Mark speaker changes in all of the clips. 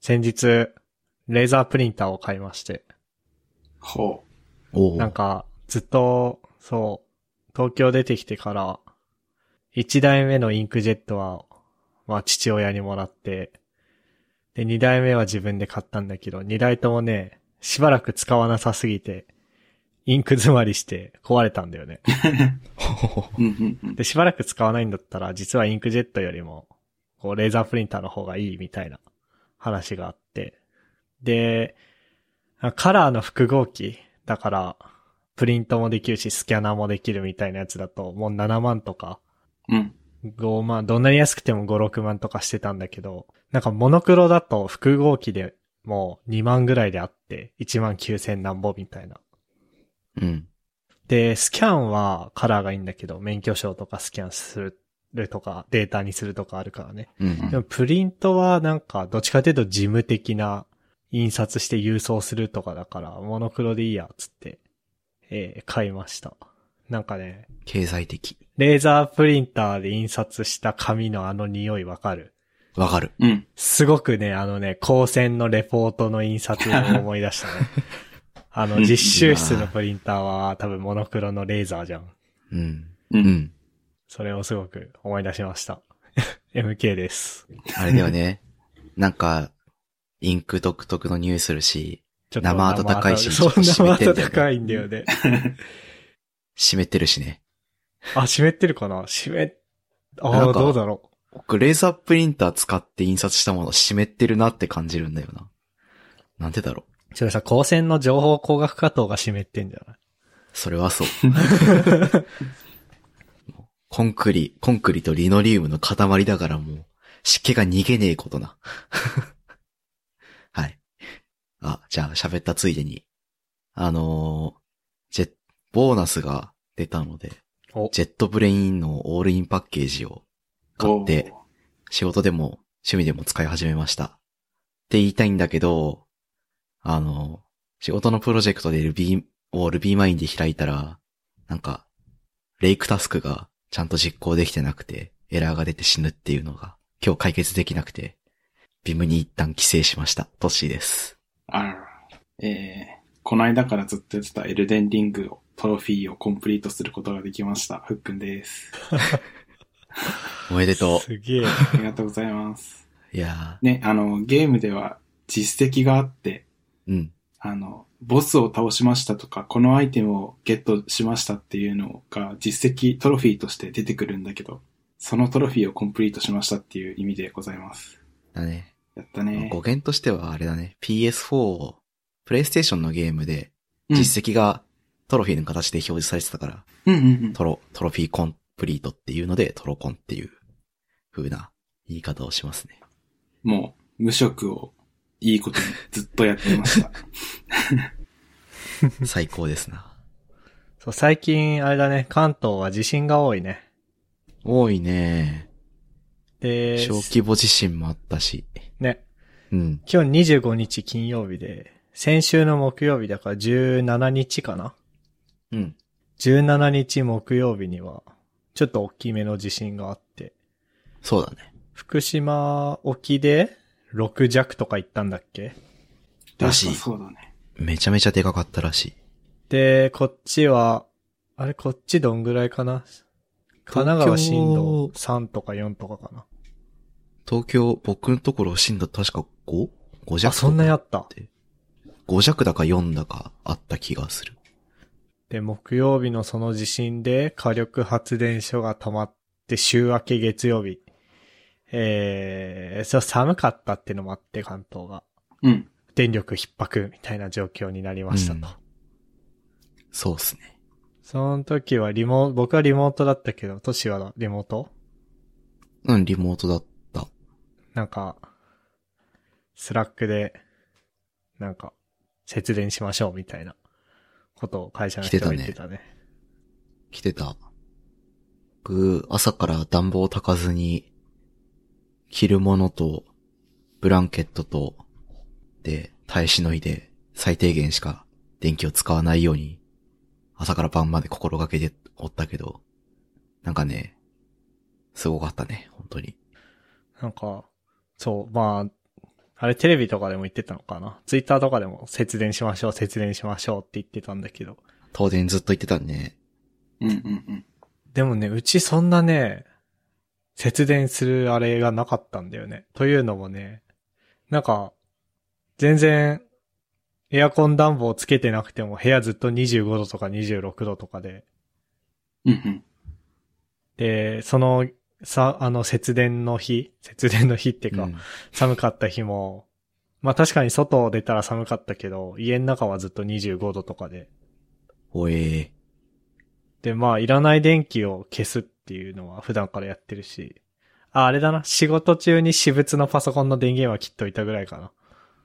Speaker 1: 先日、レーザープリンターを買いまして、
Speaker 2: ほう。
Speaker 3: お
Speaker 1: なんか、ずっと、そう、東京出てきてから、1台目のインクジェットは、まあ父親にもらって、で、2台目は自分で買ったんだけど、2台ともね、しばらく使わなさすぎて、インク詰まりして壊れたんだよね。
Speaker 2: うんうんうん。
Speaker 1: で、しばらく使わないんだったら、実はインクジェットよりも、こう、レーザープリンターの方がいいみたいな話があって。で、あカラーの複合機だから、プリントもできるし、スキャナーもできるみたいなやつだと、もう7万とか、
Speaker 2: うん。
Speaker 1: 5万、どんなに安くても5、6万とかしてたんだけど、なんかモノクロだと複合機でもう2万ぐらいであって、1万9000なんぼみたいな。
Speaker 3: うん。
Speaker 1: で、スキャンはカラーがいいんだけど、免許証とかスキャンするとか、データにするとかあるからね。
Speaker 3: うん
Speaker 1: で。もプリントはなんか、どっちかというと事務的な印刷して郵送するとかだから、モノクロでいいや、つって、えー買いました。なんかね、
Speaker 3: 経済的。
Speaker 1: レーザープリンターで印刷した紙のあの匂いわかる
Speaker 3: わかる。
Speaker 2: うん。
Speaker 1: すごくね、あのね、高専のレポートの印刷を思い出 したね。あの、実習室のプリンターは多分モノクロのレーザーじゃん。
Speaker 3: うん。
Speaker 2: う。
Speaker 3: うんん。
Speaker 1: それをすごく思い出しました。MK です。
Speaker 3: あれだよね。 なんか、インク独特の匂いするし、
Speaker 1: ちょっ
Speaker 3: 生温かいし
Speaker 1: そう、
Speaker 3: ち
Speaker 1: 生
Speaker 3: ょっと湿ってんだよね
Speaker 1: 温かいんだよね。
Speaker 3: 湿ってるしね。
Speaker 1: あ、湿ってるかな湿っ、あ
Speaker 3: な
Speaker 1: あ、
Speaker 3: んか
Speaker 1: どうだろ
Speaker 3: 僕、レーザープリンター使って印刷したもの湿ってるなって感じるんだよな。なんでだろう。
Speaker 1: う。ちょっとさ、高専の情報工学科等が湿ってんじゃない
Speaker 3: それはそう。 コンクリ、コンクリとリノリウムの塊だからもう、湿気が逃げねえことな。 はい。あ、じゃあ喋ったついでに。あのー、ジェボーナスが出たので、
Speaker 1: お、
Speaker 3: ジェットブレインのオールインパッケージを買って、仕事でも趣味でも使い始めました。って言いたいんだけど、あの、仕事のプロジェクトで Ruby を RubyMine で開いたら、なんか、レイクタスクがちゃんと実行できてなくて、エラーが出て死ぬっていうのが今日解決できなくて、ビムに一旦帰省しました。トッシーです。
Speaker 2: あら。えー、この間からずっと言ってたエルデンリングを、トロフィーをコンプリートすることができました。ふっくん です。
Speaker 3: おめでと
Speaker 1: すげえ。
Speaker 2: ありがとうございます。
Speaker 3: う。いや
Speaker 2: ね、あの、ゲームでは実績があって、
Speaker 3: ー、うん、
Speaker 2: あの、ボスを倒しましたとか、このアイテムをゲットしましたっていうのが実績、トロフィーとして出てくるんだけど、そのトロフィーをコンプリートしましたっていう意味でございます。
Speaker 3: だね。
Speaker 2: やったね。
Speaker 3: 語源としてはあれだね、PS4 を、プレイステーションのゲームで、
Speaker 2: うん
Speaker 3: 実績がトロフィーの形で表示されてたから、
Speaker 2: うんうんうん。
Speaker 3: トロ、トロフィーコンプリートっていうので、トロコンっていう風な言い方をします ね。
Speaker 2: もう、無職をいいことにずっとやってま した。
Speaker 3: 最高ですな。
Speaker 1: そう、最近、あれだね、関東は地震が多いね。
Speaker 3: 多いね
Speaker 1: で、
Speaker 3: 小規模地震もあったし。
Speaker 1: ね、
Speaker 3: うん。
Speaker 1: 今日25日金曜日で、先週の木曜日だから17日かな
Speaker 3: うん。
Speaker 1: ?17 日木曜日には、ちょっと大きめの地震があって、
Speaker 3: そうだね。
Speaker 1: 福島沖で6弱とか行ったんだっけ
Speaker 3: らしい
Speaker 2: そうだね。
Speaker 3: めちゃめちゃでかかったらしい。
Speaker 1: で、こっちは、あれこっちどんぐらいかな神奈川震度3とか4とかかな
Speaker 3: 東京、僕のところ震度確か 5?5
Speaker 1: あ、
Speaker 3: 弱
Speaker 1: そんなやった。
Speaker 3: ?5 弱だか4だかあった気がする。
Speaker 1: で、木曜日のその地震で火力発電所が止まって週明け月曜日。えー、そう寒かったってのもあって関東が。
Speaker 2: うん。
Speaker 1: 電力逼迫みたいな状況になりましたと。
Speaker 3: うんそうっすね。
Speaker 1: その時はリモ、僕はリモートだったけど、都市はリモート
Speaker 3: うん、リモートだった。
Speaker 1: なんか、スラックで、なんか、節電しましょうみたいなことを会社の人が言ってたね。
Speaker 3: 来てた。僕、朝から暖房炊かずに、着るものと、ブランケットと、で、耐えしのいで、最低限しか電気を使わないように、朝から晩まで心がけておったけど、なんかね、すごかったね、本当に。
Speaker 1: なんか、そう、まあ、あれテレビとかでも言ってたのかなツイッターとかでも節電しましょう、節電しましょうって言ってたんだけど。
Speaker 3: 東電ずっと言ってたね。
Speaker 2: うんうん
Speaker 1: でもね、うちそんなね、節電するあれがなかったんだよね。というのもね、なんか、全然、エアコン暖房つけてなくても部屋ずっと25度とか26度とかで、
Speaker 2: うん。うんうん。
Speaker 1: で、その、さ、あの、節電の日、節電の日っていうか、
Speaker 3: うん
Speaker 1: 寒かった日も、まあ確かに外を出たら寒かったけど、家の中はずっと25度とかで。
Speaker 3: おえ
Speaker 1: で、まあいらない電気を消すっていうのは普段からやってるし、あ、あれだな、仕事中に私物のパソコンの電源は切っといたぐらいかな。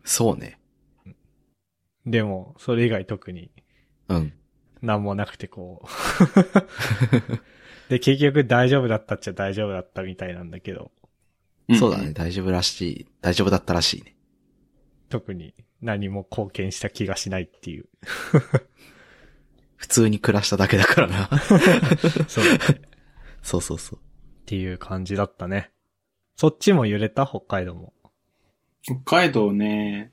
Speaker 3: そうね。
Speaker 1: でも、それ以外特に
Speaker 3: うん。
Speaker 1: なんもなくてこう。で、結局大丈夫だったっちゃ大丈夫だったみたいなんだけど、
Speaker 2: んん
Speaker 3: そうだね。。大丈夫らしい。大丈夫だったらしいね。
Speaker 1: 特に何も貢献した気がしないっていう。
Speaker 3: 普通に暮らしただけだからな。
Speaker 1: そうだね
Speaker 3: そうそうそう。
Speaker 1: っていう感じだったね。そっちも揺れた北海道も。
Speaker 2: 北海道ね、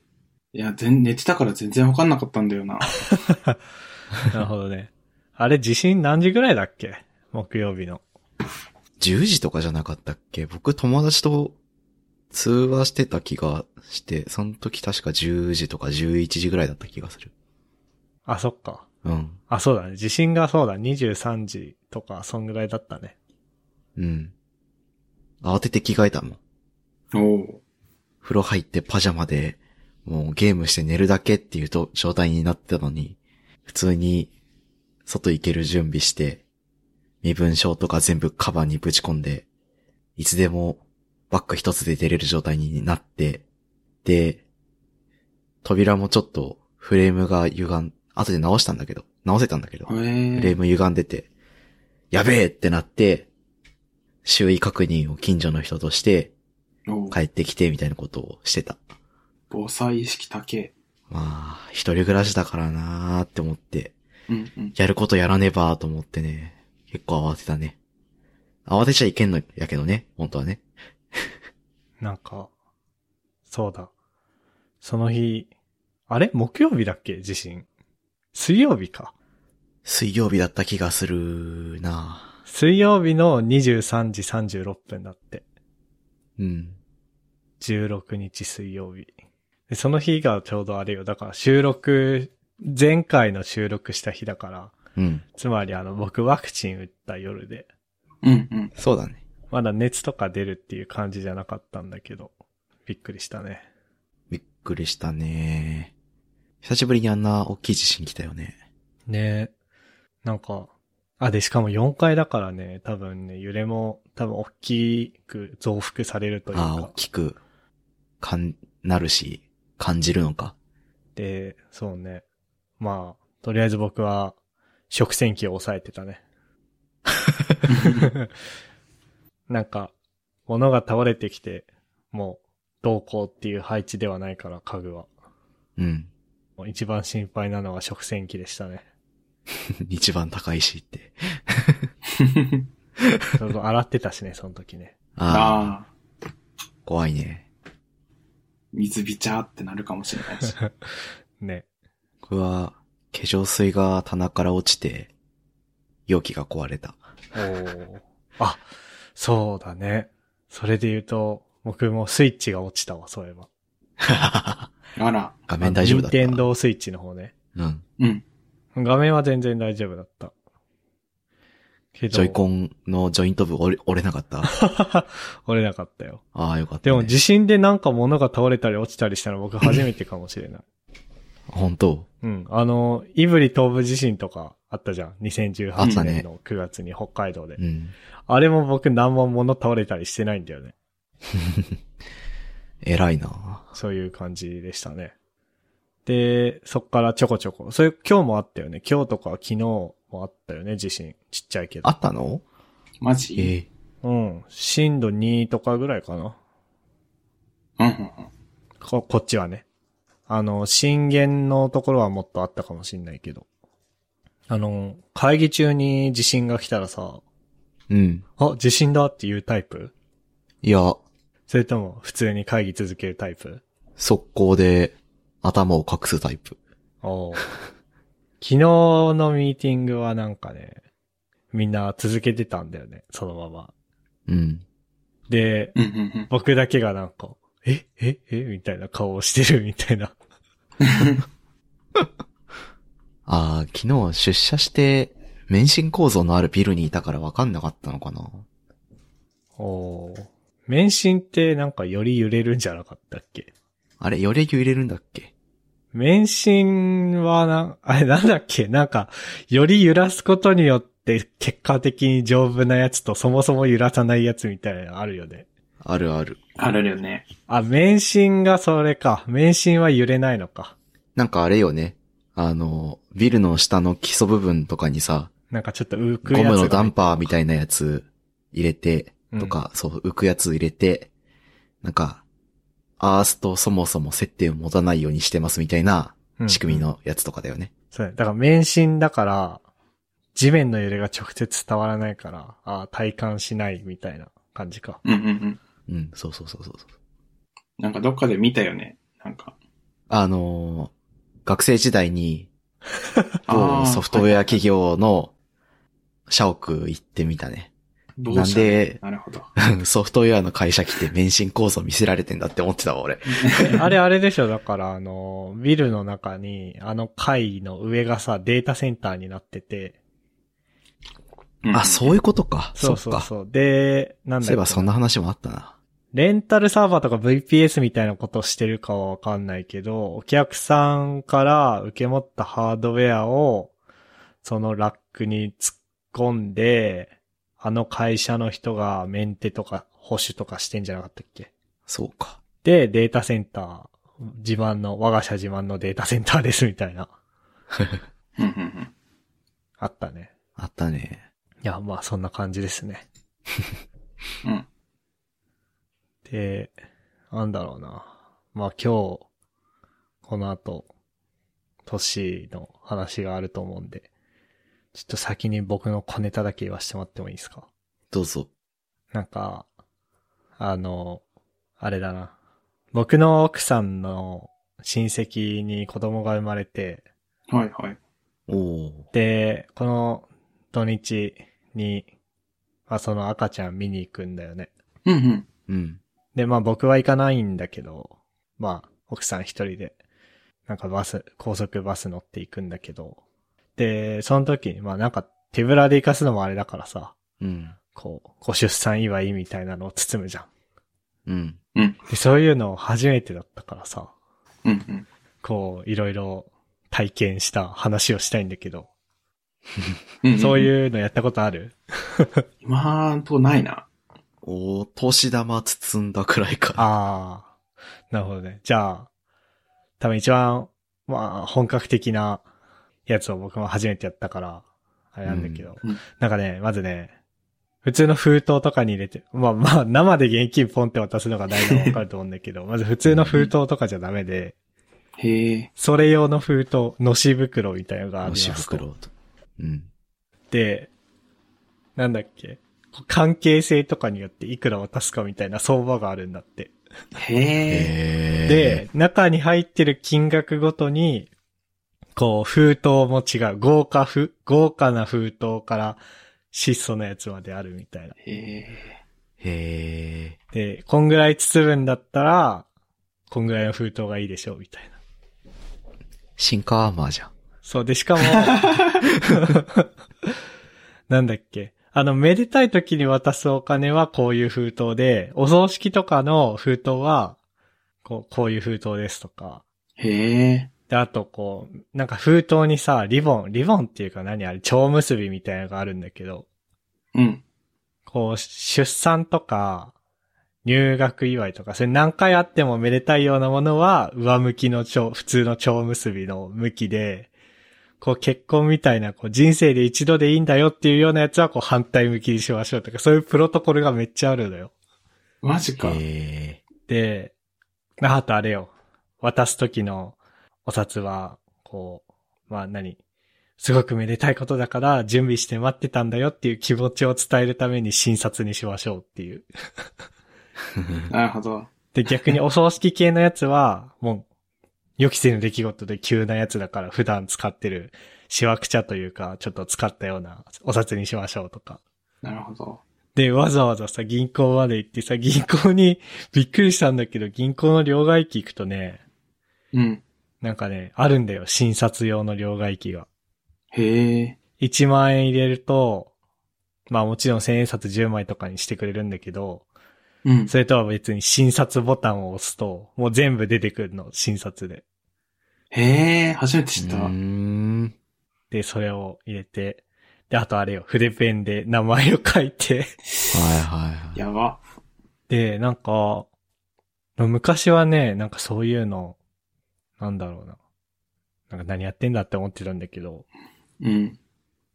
Speaker 2: いや、全、寝てたから全然わかんなかったんだよな。
Speaker 1: なるほどね。あれ地震何時ぐらいだっけ木曜日の。
Speaker 3: 10時とかじゃなかったっけ僕友達と通話してた気がして、その時確か10時とか11時ぐらいだった気がする。
Speaker 1: あ、そっか。
Speaker 3: うん。
Speaker 1: あ、そうだね。地震がそうだ。23時とか、そんぐらいだったね。
Speaker 3: うん。慌てて着替えたも ん。
Speaker 2: おお
Speaker 3: 風呂入ってパジャマで、もうゲームして寝るだけっていうと状態になってたのに、普通に外行ける準備して、身分証とか全部カバンにぶち込んで、いつでもバッグ一つで出れる状態になって、で、扉もちょっとフレームが歪ん、後で直したんだけど、直せたんだけど、
Speaker 2: へ
Speaker 3: フレ
Speaker 2: え
Speaker 3: ーム歪んでて、やべえってなって、周囲確認を近所の人として、
Speaker 2: おう
Speaker 3: 帰ってきてみたいなことをしてた。
Speaker 2: 防災意識高え。
Speaker 3: まあ、一人暮らしだからなーって思って、
Speaker 2: うんうん。
Speaker 3: やることやらねばーと思ってね、結構慌てたね。慌てちゃいけんのやけどね、本当はね。
Speaker 1: なんか、そうだ。その日、あれ木曜日だっけ地震。水曜日か。
Speaker 3: 水曜日だった気がするな
Speaker 1: 水曜日の23時36分だって。
Speaker 3: ーうん。
Speaker 1: 16日水曜日。でその日がちょうどあれよ。だから収録、前回の収録した日だから、
Speaker 3: うん。
Speaker 1: つまりあの、僕ワクチン打った夜で、
Speaker 2: うんうん。
Speaker 3: そうだね。
Speaker 1: まだ熱とか出るっていう感じじゃなかったんだけど、びっくりしたね。
Speaker 3: びっくりしたねー。久しぶりにあんな大きい地震来たよね。
Speaker 1: ねえ。なんか、あ、で、しかも4階だからね、多分ね、揺れも多分大きく増幅されるという
Speaker 3: ああ、大
Speaker 1: か。
Speaker 3: きく、かん、なるし、感じるのか。
Speaker 1: で、そうね。まあ、とりあえず僕は、食洗機を抑えてたね。 なんか、物が倒れてきて、もう、どうこうっていう配置ではないから、家具は。
Speaker 3: うん。
Speaker 1: もう一番心配なのは食洗機でしたね。
Speaker 3: 一番高いしって。
Speaker 1: ちょうど洗ってたしね、その時ね。
Speaker 3: ああ、
Speaker 2: ああ、
Speaker 3: 怖いね。
Speaker 2: 水びちゃーってなるかもしれない し。
Speaker 1: ね。
Speaker 3: 僕は、化粧水が棚から落ちて、容器が壊れた。
Speaker 1: おーあ、そうだね。それで言うと、僕もスイッチが落ちたわ、そういえば。
Speaker 2: あら、
Speaker 3: 画面大丈夫だった。
Speaker 1: 任天堂スイッチの方ね。
Speaker 3: うん。
Speaker 2: うん。
Speaker 1: 画面は全然大丈夫だった。けど、
Speaker 3: ジョイコンのジョイント部折れ折れなかった。
Speaker 1: 折れなかったよ。
Speaker 3: ああ、よかっ
Speaker 1: で
Speaker 3: た、ね。
Speaker 1: も地震でなんか物が倒れたり落ちたりしたの僕初めてかもしれない。
Speaker 3: 本当
Speaker 1: うん。あの、胆振東部地震とかあったじゃん。
Speaker 3: あった
Speaker 1: 2018
Speaker 3: ね
Speaker 1: 年の9月に北海道で。
Speaker 3: うん。
Speaker 1: あれも僕何も物倒れたりしてないんだよね。
Speaker 3: 偉いな
Speaker 1: そういう感じでしたね。で、そっからちょこちょこ。それ今日もあったよね。今日とか昨日もあったよね、地震。ちっちゃいけど
Speaker 3: あ。ったの
Speaker 2: マジ
Speaker 3: ええ
Speaker 1: うん。震度2とかぐらいかな。
Speaker 2: うんうんうん。
Speaker 1: こ、こっちはね。あの、震源のところはもっとあったかもしんないけど。あの、会議中に地震が来たらさ、
Speaker 3: うん。
Speaker 1: あ、地震だっていうタイプ
Speaker 3: いや、
Speaker 1: それとも普通に会議続けるタイプ
Speaker 3: 速攻で頭を隠すタイプ。
Speaker 1: おう昨日のミーティングはなんかね、みんな続けてたんだよね、そのまま。
Speaker 3: うん。
Speaker 1: で、
Speaker 2: うんうん
Speaker 1: 僕だけがなんか、えええみたいな顔をしてるみたいな。
Speaker 2: うん。
Speaker 3: ああ、昨日は出社して、免震構造のあるビルにいたから分かんなかったのかな。
Speaker 1: おー免震ってなんかより揺れるんじゃなかったっけ
Speaker 3: あれ、よれぎ入れるんだっけ
Speaker 1: 免震はな、あれなんだっけなんか、より揺らすことによって結果的に丈夫なやつとそもそも揺らさないやつみたいなのあるよね。
Speaker 3: あるある。
Speaker 2: あるよね。
Speaker 1: あ、免震がそれか。免震は揺れないのか。
Speaker 3: なんかあれよね。あの、ビルの下の基礎部分とかにさ、
Speaker 1: なんかちょっと浮く
Speaker 3: ゴ
Speaker 1: やつが
Speaker 3: ムのダンパーみたいなやつ入れて、
Speaker 1: うん
Speaker 3: とか、そう、浮くやつ入れて、なんか、アースとそもそも接点を持たないようにしてますみたいな仕組み。
Speaker 1: うん
Speaker 3: のやつとかだよね。
Speaker 1: そうだから免震だから、地面の揺れが直接伝わらないから、あー体感しないみたいな感じか。
Speaker 2: うんうんうん。
Speaker 3: うん、そうそうそうそうそう。
Speaker 2: なんかどっかで見たよね。なんか。
Speaker 3: あのー学生時 代に、某
Speaker 2: ー
Speaker 3: ソフトウェア企業の社屋行ってみたね。
Speaker 2: どう
Speaker 3: なん
Speaker 2: した
Speaker 3: で、
Speaker 2: なる ほど。
Speaker 3: ソフトウェアの会社来て免震構造見せられてんだって思ってたわ、俺。
Speaker 1: あれあれでしょだからあの、ビルの中に、あの階の上がさ、データセンターになってて、
Speaker 3: あ、そういうことか。
Speaker 1: そうそう
Speaker 3: そっか。
Speaker 1: そう。で、なんだっけ
Speaker 3: そういえばそんな話もあったな。
Speaker 1: レンタルサーバーとか VPS みたいなことをしてるかはわかんないけど、お客さんから受け持ったハードウェアを、そのラックに突っ込んで、あの会社の人がメンテとか保守とかしてんじゃなかったっけ
Speaker 3: そうか。
Speaker 1: で、データセンター、自慢の、我が社自慢のデータセンターですみたいな、
Speaker 2: うんうんうん。
Speaker 1: あったね。
Speaker 3: あったね。
Speaker 1: いや、まあそんな感じですね。
Speaker 2: うん。
Speaker 1: で、なんだろうな。まあ今日、この後、都市の話があると思うんで、ちょっと先に僕の小ネタだけ言わせてもらってもいいですか
Speaker 3: どうぞ。
Speaker 1: なんか、あの、あれだな。僕の奥さんの親戚に子供が生まれて、
Speaker 2: はいはい。
Speaker 3: おお。
Speaker 1: で、この土日に、まあその赤ちゃん見に行くんだよね。
Speaker 2: うんうん。
Speaker 3: うん。
Speaker 1: で、まあ僕は行かないんだけど、まあ奥さん一人で、なんかバス、高速バス乗って行くんだけど、で、その時にまあなんか手ぶらで行かすのもあれだからさ、
Speaker 3: うん。
Speaker 1: こう、ご出産祝いみたいなのを包むじゃん。
Speaker 3: うん。
Speaker 1: で、そういうの初めてだったからさ、
Speaker 2: うんうん。
Speaker 1: こう、いろいろ体験した話をしたいんだけど、
Speaker 2: うんうん
Speaker 1: そう
Speaker 2: う。
Speaker 1: いうのやったことある
Speaker 2: 今んとこないな。
Speaker 3: おお、年玉包んだくらいか。
Speaker 1: ああ、なるほどね。じゃあ、多分一番、まあ、本格的なやつを僕も初めてやったから、あれなんだけど、
Speaker 2: うんうん
Speaker 1: なんかね、まずね、普通の封筒とかに入れて、まあまあ、生で現金ポンって渡すのが大事なのわかると思うんだけど、 まず普通の封筒とかじゃダメで、
Speaker 2: へえ。
Speaker 1: それ用の封筒、のし袋みたいなのがあり
Speaker 3: も
Speaker 1: ます
Speaker 3: し
Speaker 1: と。
Speaker 3: 袋と。うん。
Speaker 1: で、なんだっけ、関係性とかによっていくら渡すかみたいな相場があるんだって。
Speaker 2: へえ。
Speaker 3: へー
Speaker 1: で、、中に入ってる金額ごとに、こう、封筒も違う。豪華ふ、豪華な封筒から質素なやつまであるみたいな。
Speaker 2: へえ。
Speaker 3: へ
Speaker 1: で、こんぐらい包むんだったら、こんぐらいの封筒がいいでしょう、みたいな。
Speaker 3: ー進化アーマーじゃん。
Speaker 1: そうで、しかも、なんだっけ。あの、めでたい時に渡すお金はこういう封筒で、お葬式とかの封筒は、こう、こういう封筒ですとか、
Speaker 2: へえ。
Speaker 1: で、あとこう、なんか封筒にさ、リボン、リボンっていうか何あれ、蝶結びみたいなのがあるんだけど、
Speaker 2: うん。
Speaker 1: こう、出産とか、入学祝いとか、それ何回あってもめでたいようなものは、上向きの蝶、普通の蝶結びの向きで、こう結婚みたいな、こう人生で一度でいいんだよっていうようなやつは、こう反対向きにしましょうとか、そういうプロトコルがめっちゃあるのよ。
Speaker 2: マジか。
Speaker 3: へ
Speaker 1: で、あとあれよ、渡す時のお札は、こう、まあ何、すごくめでたいことだから準備して待ってたんだよっていう気持ちを伝えるために診察にしましょうっていう。
Speaker 3: ー
Speaker 2: なるほど。
Speaker 1: で、逆にお葬式系のやつは、もう、予期せぬ出来事で急なやつだから普段使ってる、しわくちゃというか、ちょっと使ったようなお札にしましょうとか。
Speaker 2: なるほど。
Speaker 1: で、わざわざさ、銀行まで行ってさ、銀行に、びっくりしたんだけど、銀行の両替機行くとね、
Speaker 2: うん。
Speaker 1: なんかね、あるんだよ。診察用の両替機が。
Speaker 2: へえ。
Speaker 1: 1万円入れると、まあもちろん千円札10枚とかにしてくれるんだけど、
Speaker 2: うん。
Speaker 1: それとは別に診察ボタンを押すと、もう全部出てくるの、診察で。
Speaker 2: へえ、初めて知った。
Speaker 3: うーん。
Speaker 1: で、それを入れて、で、あとあれよ、筆ペンで名前を書いて、
Speaker 3: はいはいはい。
Speaker 2: やば。
Speaker 1: で、なんか、昔はね、なんかそういうの、なんだろうな。なんか何やってんだって思ってたんだけど、
Speaker 2: うん。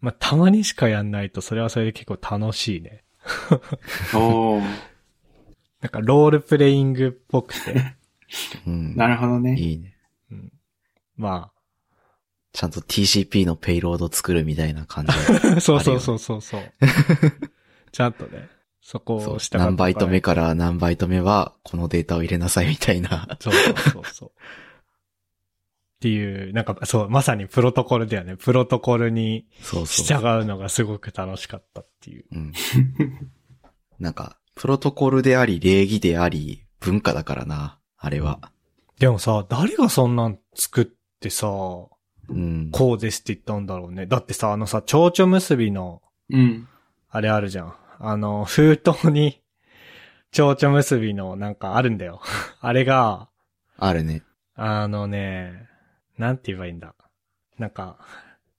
Speaker 1: まあ、たまにしかやんないと、それはそれで結構楽しいね。
Speaker 2: おー。
Speaker 1: なんかロールプレイングっぽく て、
Speaker 3: うん。
Speaker 2: なるほどね。
Speaker 3: いいね。
Speaker 1: うん、ま
Speaker 3: ちゃんと TCP のペイロード作るみたいな感じ。
Speaker 1: あ、 そうそうそうそうそう。 ちゃんとね、そこ
Speaker 3: そう
Speaker 1: をした
Speaker 3: 何バイト目から何バイト目は、このデータを入れなさいみたいな。
Speaker 1: そうそうそうそう。っていう、なんかそう、まさにプロトコルだよね。プロトコルに
Speaker 3: そうそう。
Speaker 1: 従うのがすごく楽しかったっていう。
Speaker 3: うん。なんか、プロトコルであり、礼儀であり、文化だからな、あれは。
Speaker 1: でもさ、誰がそんなん作ってさ、こ
Speaker 3: うん。
Speaker 1: うですって言ったんだろうね。だってさ、あのさ、蝶々結びの、
Speaker 2: うん。
Speaker 1: あれあるじゃん。あの、 封筒に、蝶々結びのなんかあるんだよ。 あれが、
Speaker 3: あるね。
Speaker 1: あのね、なんて言えばいいんだ。なんか、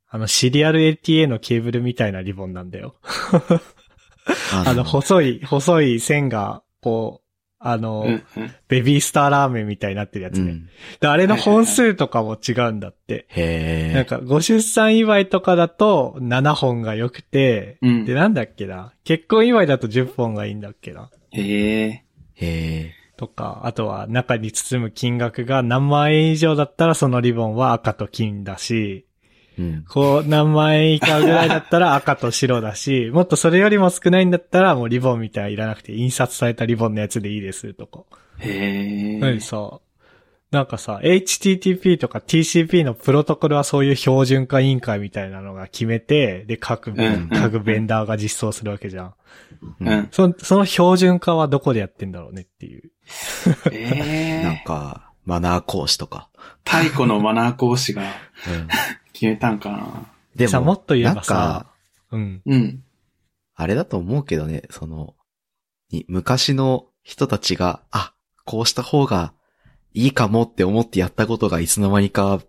Speaker 1: あの、シリアル ATA のケーブルみたいなリボンなんだ よ。
Speaker 3: あ
Speaker 1: あの、細い、細い線が、こう、あの、
Speaker 2: うん。うん
Speaker 1: ベビースターラーメンみたいになってるやつ
Speaker 3: う
Speaker 1: ね。
Speaker 3: ん。
Speaker 1: で、あれの本数とかも違うんだって。
Speaker 3: へえ。
Speaker 1: なんか、ご出産祝いとかだと7本が良くて、
Speaker 2: うん
Speaker 1: で、なんだっけな。結婚祝いだと10本がいいんだっけな。
Speaker 2: へえ。
Speaker 3: へえ。
Speaker 1: とか、あとは中に包む金額が何万円以上だったらそのリボンは赤と金だし、
Speaker 3: うん。
Speaker 1: こう何万円以下ぐらいだったら 赤と白だし、もっとそれよりも少ないんだったらもうリボンみたいないらなくて印刷されたリボンのやつでいいですとか。
Speaker 2: へ
Speaker 1: 何
Speaker 2: え。
Speaker 1: さ、なんかさ、HTTP とか TCP のプロトコルはそういう標準化委員会みたいなのが決めて、で、各、
Speaker 2: うん
Speaker 1: 各ベンダーが実装するわけじゃん。
Speaker 3: う
Speaker 2: うん。
Speaker 3: ん。
Speaker 1: そその標準化はどこでやってんだろうねっていう。
Speaker 2: え
Speaker 3: なん
Speaker 2: え。
Speaker 3: か、マナー講師とか。
Speaker 2: 太古のマナー講師 が
Speaker 3: うん。
Speaker 2: 決めたんかな。
Speaker 3: で
Speaker 1: さ、
Speaker 3: も、
Speaker 1: もっと言え
Speaker 3: な
Speaker 1: ば
Speaker 3: んか
Speaker 1: さ、、うん。
Speaker 2: うん。
Speaker 3: あれだと思うけどね、その、に昔の人たちが、あ、こうした方がいいかもって思ってやったことがいつの間にか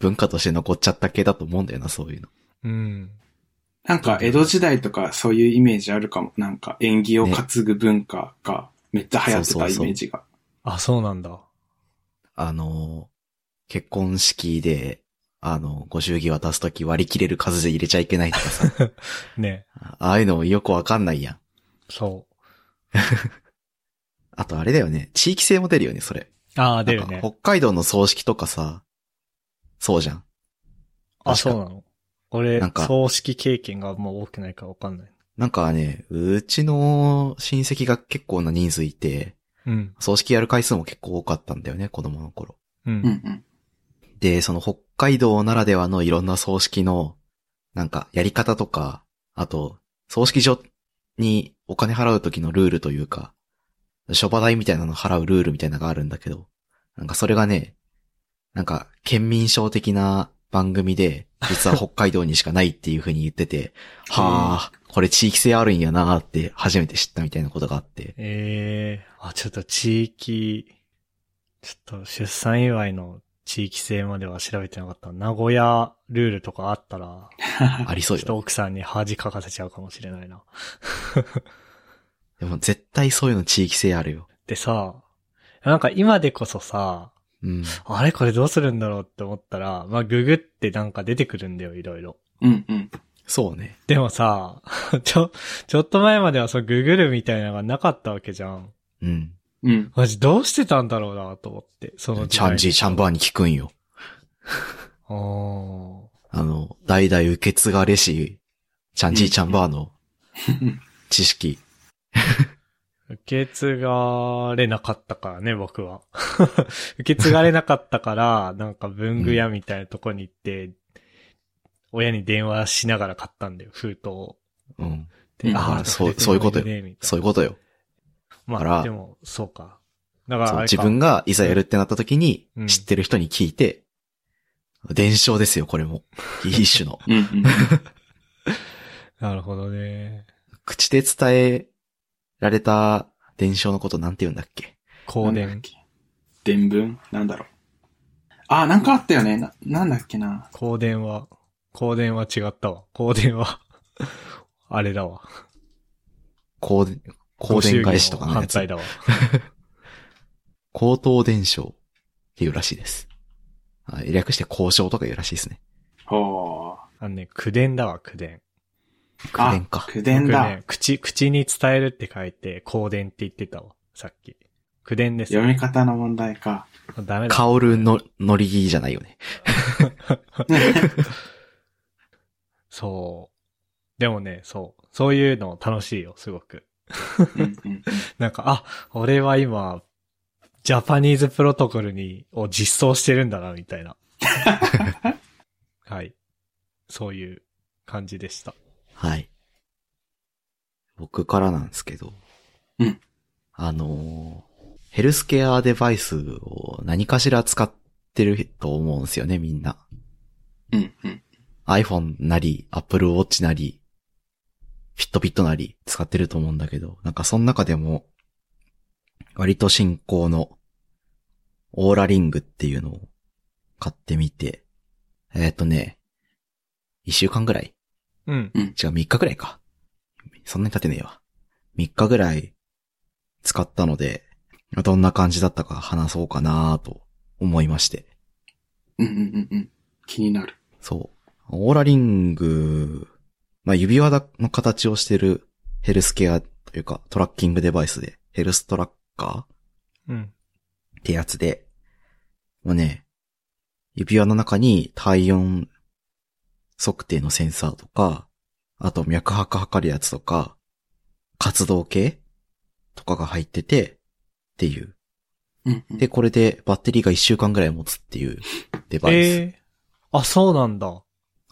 Speaker 3: 文化として残っちゃった系だと思うんだよな、そういうの。
Speaker 1: うん。
Speaker 2: なんか、江戸時代とかそういうイメージあるかも。なんか、縁起を担ぐ文化がめっちゃ流行って
Speaker 3: そ
Speaker 2: た
Speaker 3: うそう
Speaker 2: イ
Speaker 3: そう
Speaker 2: メージが。
Speaker 1: あ、そうなんだ。
Speaker 3: あの、結婚式で、あの、ご祝儀渡すとき割り切れる数で入れちゃいけないとかさ、
Speaker 1: ね。
Speaker 3: ああいうのよくわかんないやん。
Speaker 1: そう。
Speaker 3: あとあれだよね、地域性も出るよね、それ。
Speaker 1: ああ、出
Speaker 3: な
Speaker 1: る
Speaker 3: んか
Speaker 1: ね。
Speaker 3: 北海道の葬式とかさ、そうじゃん。
Speaker 1: あ、
Speaker 3: 確か
Speaker 1: そうなの。俺
Speaker 3: なん、か
Speaker 1: 葬式経験がもう多くないからわかんない。
Speaker 3: なんかね、うちの親戚が結構な人数いて、
Speaker 1: うん。
Speaker 3: 葬式やる回数も結構多かったんだよね、子供の頃。
Speaker 1: う
Speaker 2: うん
Speaker 1: ん。
Speaker 2: うん。
Speaker 3: で、その北海道ならではのいろんな葬式の、なんかやり方とか、あと、葬式所にお金払う時のルールというか、諸場代みたいなの払うルールみたいなのがあるんだけど、なんかそれがね、なんか県民省的な番組で、実は北海道にしかないっていう風に言って て、はあ、これ地域性あるんやなーって初めて知ったみたいなことがあって、
Speaker 1: ええあ、ちょっと地域、ちょっと出産祝いの地域性までは調べてなかった。名古屋ルールとかあったら、
Speaker 3: あり
Speaker 1: ち
Speaker 3: そ
Speaker 1: ょ
Speaker 3: う
Speaker 1: っ
Speaker 3: よ。
Speaker 1: と奥さんに恥かかせちゃうかもしれないな。
Speaker 3: でも絶対そういうの地域性あるよ。
Speaker 1: でさ、なんか今でこそさ、
Speaker 3: うん。
Speaker 1: あれこれどうするんだろうって思ったら、まあ、ググってなんか出てくるんだよ、いろいろ。
Speaker 2: うんうん。
Speaker 3: そうね。
Speaker 1: でもさ、 ちょ、ちょっと前まではそうググるみたいなのがなかったわけじゃん。
Speaker 3: うん。
Speaker 2: うん。
Speaker 1: マジどうしてたんだろうなと思って、その時
Speaker 3: チ
Speaker 1: 代
Speaker 3: ャンジー、チャンバーに聞くんよ。
Speaker 1: あー
Speaker 3: あの、代々受け継 がれし、チャンジーチャンバーの知識。
Speaker 1: 受け継がれなかったからね、僕は。 受け継がれなかったから、なんか文具屋みたいなとこに行って、親に電話しながら買ったんだよ、封筒を。
Speaker 3: うん。
Speaker 1: で
Speaker 2: あー
Speaker 1: なんか
Speaker 3: そう
Speaker 1: 出て
Speaker 3: そういうことよ
Speaker 1: くるねみたいな
Speaker 3: そういうことよ。
Speaker 1: ま
Speaker 3: か
Speaker 1: あ、
Speaker 3: ら
Speaker 1: でも、そうか。だから
Speaker 3: そ
Speaker 1: あれ
Speaker 3: う
Speaker 1: か、
Speaker 3: 自分がいざやるってなった時に
Speaker 1: うん、
Speaker 3: 知ってる人に聞いて、伝承ですよ、こ れも。一種の。
Speaker 2: うんうん。
Speaker 1: なるほどね。
Speaker 3: 口で伝えられた伝承のことなんて言うんだっけ
Speaker 1: 香
Speaker 2: なんだっ
Speaker 1: 典。
Speaker 2: け伝文なんだろう。あ、なんかあったよね。な、なんだっけな。
Speaker 1: 香典は、香典は違ったわ。香典は、 あれだわ。
Speaker 3: 公伝、公伝返しとか
Speaker 1: ご
Speaker 3: の
Speaker 1: 祝儀
Speaker 3: や
Speaker 1: 反対
Speaker 3: つ。
Speaker 1: だわ。
Speaker 3: 口頭伝承っていうらしいです。あ略して交渉とか言うらしいですね。
Speaker 2: ほ
Speaker 1: あのね、口伝だわ、口伝。
Speaker 2: う。
Speaker 3: 口伝か
Speaker 2: あ。口伝
Speaker 1: 僕
Speaker 2: だ。
Speaker 1: ね、口、口に伝えるって書いて、香典って言ってたわ、さっき。口伝です。
Speaker 2: 読み方の問題か。
Speaker 1: ダメだ。
Speaker 3: 香るの、のりじゃないよね。
Speaker 1: そう。でもね、そう。そういうの楽しいよ、すごく。
Speaker 2: うんうん
Speaker 1: なんか、あ、俺は今、ジャパニーズプロトコルに、を実装してるんだな、みた いな。はい。そういう感じでした。
Speaker 3: はい。僕からなんですけど。
Speaker 2: うん
Speaker 3: あのーヘルスケアデバイスを何かしら使ってると思うんですよね、みんな。
Speaker 2: うんうん。
Speaker 3: iPhone なり、Apple Watch なり、フィットピットなり使ってると思うんだけど、なんかその中でも、割と進行のオーラリングっていうのを買ってみて、えっ、とね、一週間ぐらい
Speaker 1: うん。
Speaker 3: 違う、3日くらいか。そんなに経ってねえわ。3日ぐらい使ったので、どんな感じだったか話そうかなと思いまして。
Speaker 2: うんうんうんうん。気になる。
Speaker 3: そう。オーラリング、まあ、指輪の形をしてるヘルスケアというかトラッキングデバイスで、ヘルストラッカ
Speaker 1: うん。
Speaker 3: ーってやつで、もうね、指輪の中に体温測定のセンサーとか、あと脈拍測るやつとか、活動計とかが入ってて、っていう。
Speaker 2: うんうん。
Speaker 3: で、これでバッテリーが1週間ぐらい持つっていうデバイス。
Speaker 1: えー、あ、そうなんだ。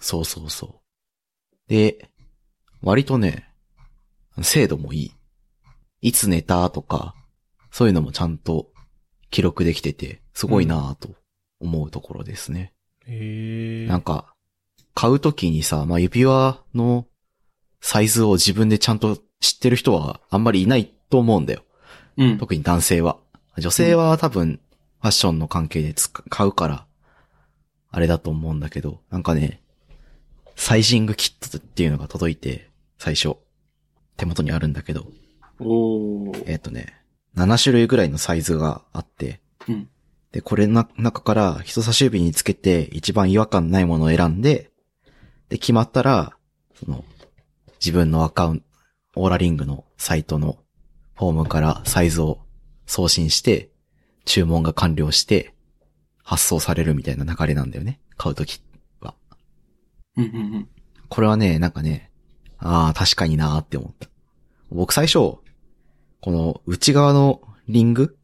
Speaker 3: そうそうそう。で、割とね、精度もいい。いつ寝たとか、そういうのもちゃんと記録できてて、すごいなぁと思うところですね。
Speaker 1: えー。
Speaker 3: なんか、買うときにさ、まあ、指輪のサイズを自分でちゃんと知ってる人はあんまりいないと思うんだよ。
Speaker 2: うん。
Speaker 3: 特に男性は。女性は多分、ファッションの関係で使買うから、あれだと思うんだけど、なんかね、サイジングキットっていうのが届いて、最初、手元にあるんだけど、
Speaker 2: お
Speaker 3: え
Speaker 2: ー。
Speaker 3: っ、とね、7種類ぐらいのサイズがあって、
Speaker 2: うん
Speaker 3: で、これの中から人差し指につけて一番違和感ないものを選んで、で、決まったら、その、自分のアカウント、オーラリングのサイトのフォームからサイズを送信して、注文が完了して、発送されるみたいな流れなんだよね。買うときは。
Speaker 2: うんうんうん。
Speaker 3: これはね、なんかね、ああ、確かになーって思った。僕最初、この内側のリング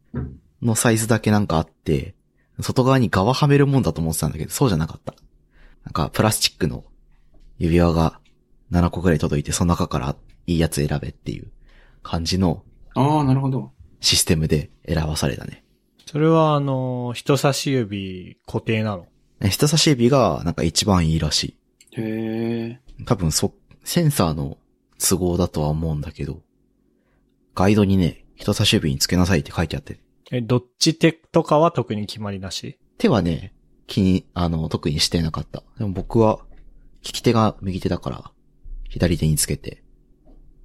Speaker 3: のサイズだけなんかあって、外側に側はめるもんだと思ってたんだけど、そうじゃなかった。なんかプラスチックの指輪が7個くらい届いて、その中からいいやつ選べっていう感じの
Speaker 2: ああ、なるほど。
Speaker 3: システムで選ばされたね。
Speaker 1: それは、あの、人差し指固定なの。
Speaker 3: 人差し指がなんか一番いいらしい。
Speaker 2: へえ。
Speaker 3: 多分そ、センサーの都合だとは思うんだけど、ガイドにね、人差し指につけなさいって書いてあって、
Speaker 1: え、どっち手とかは特に決まりなし
Speaker 3: 手はね、気に、あの、特にしてなかった。でも僕は、利き手が右手だから、左手につけて、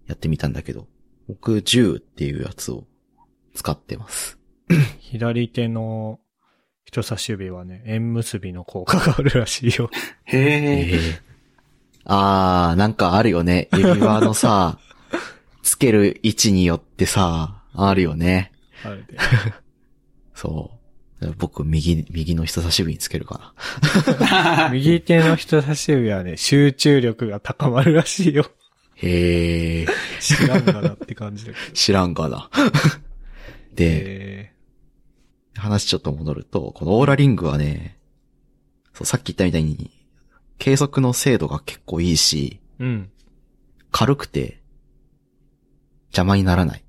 Speaker 3: やってみたんだけど、僕10っていうやつを使ってます。
Speaker 1: 左手の人差し指はね、縁結びの効果があるらしいよ。
Speaker 2: へえ。
Speaker 3: あー、なんかあるよね。指輪のさ、つける位置によってさ、あるよね。
Speaker 1: あ れで。
Speaker 3: そう。僕、右、右の人差し指につけるか
Speaker 1: 右手の人差し指はね、集中力が高まるらしいよ。
Speaker 3: な。へえ、
Speaker 1: 知らんがなって感じ だけど。
Speaker 3: 知らんがな。 で、
Speaker 1: え
Speaker 3: 話ちょっと戻ると、このオーラリングはね、そう、さっき言ったみたいに、計測の精度が結構いいし、
Speaker 1: ー、うん。
Speaker 3: 軽くて、邪魔にならない。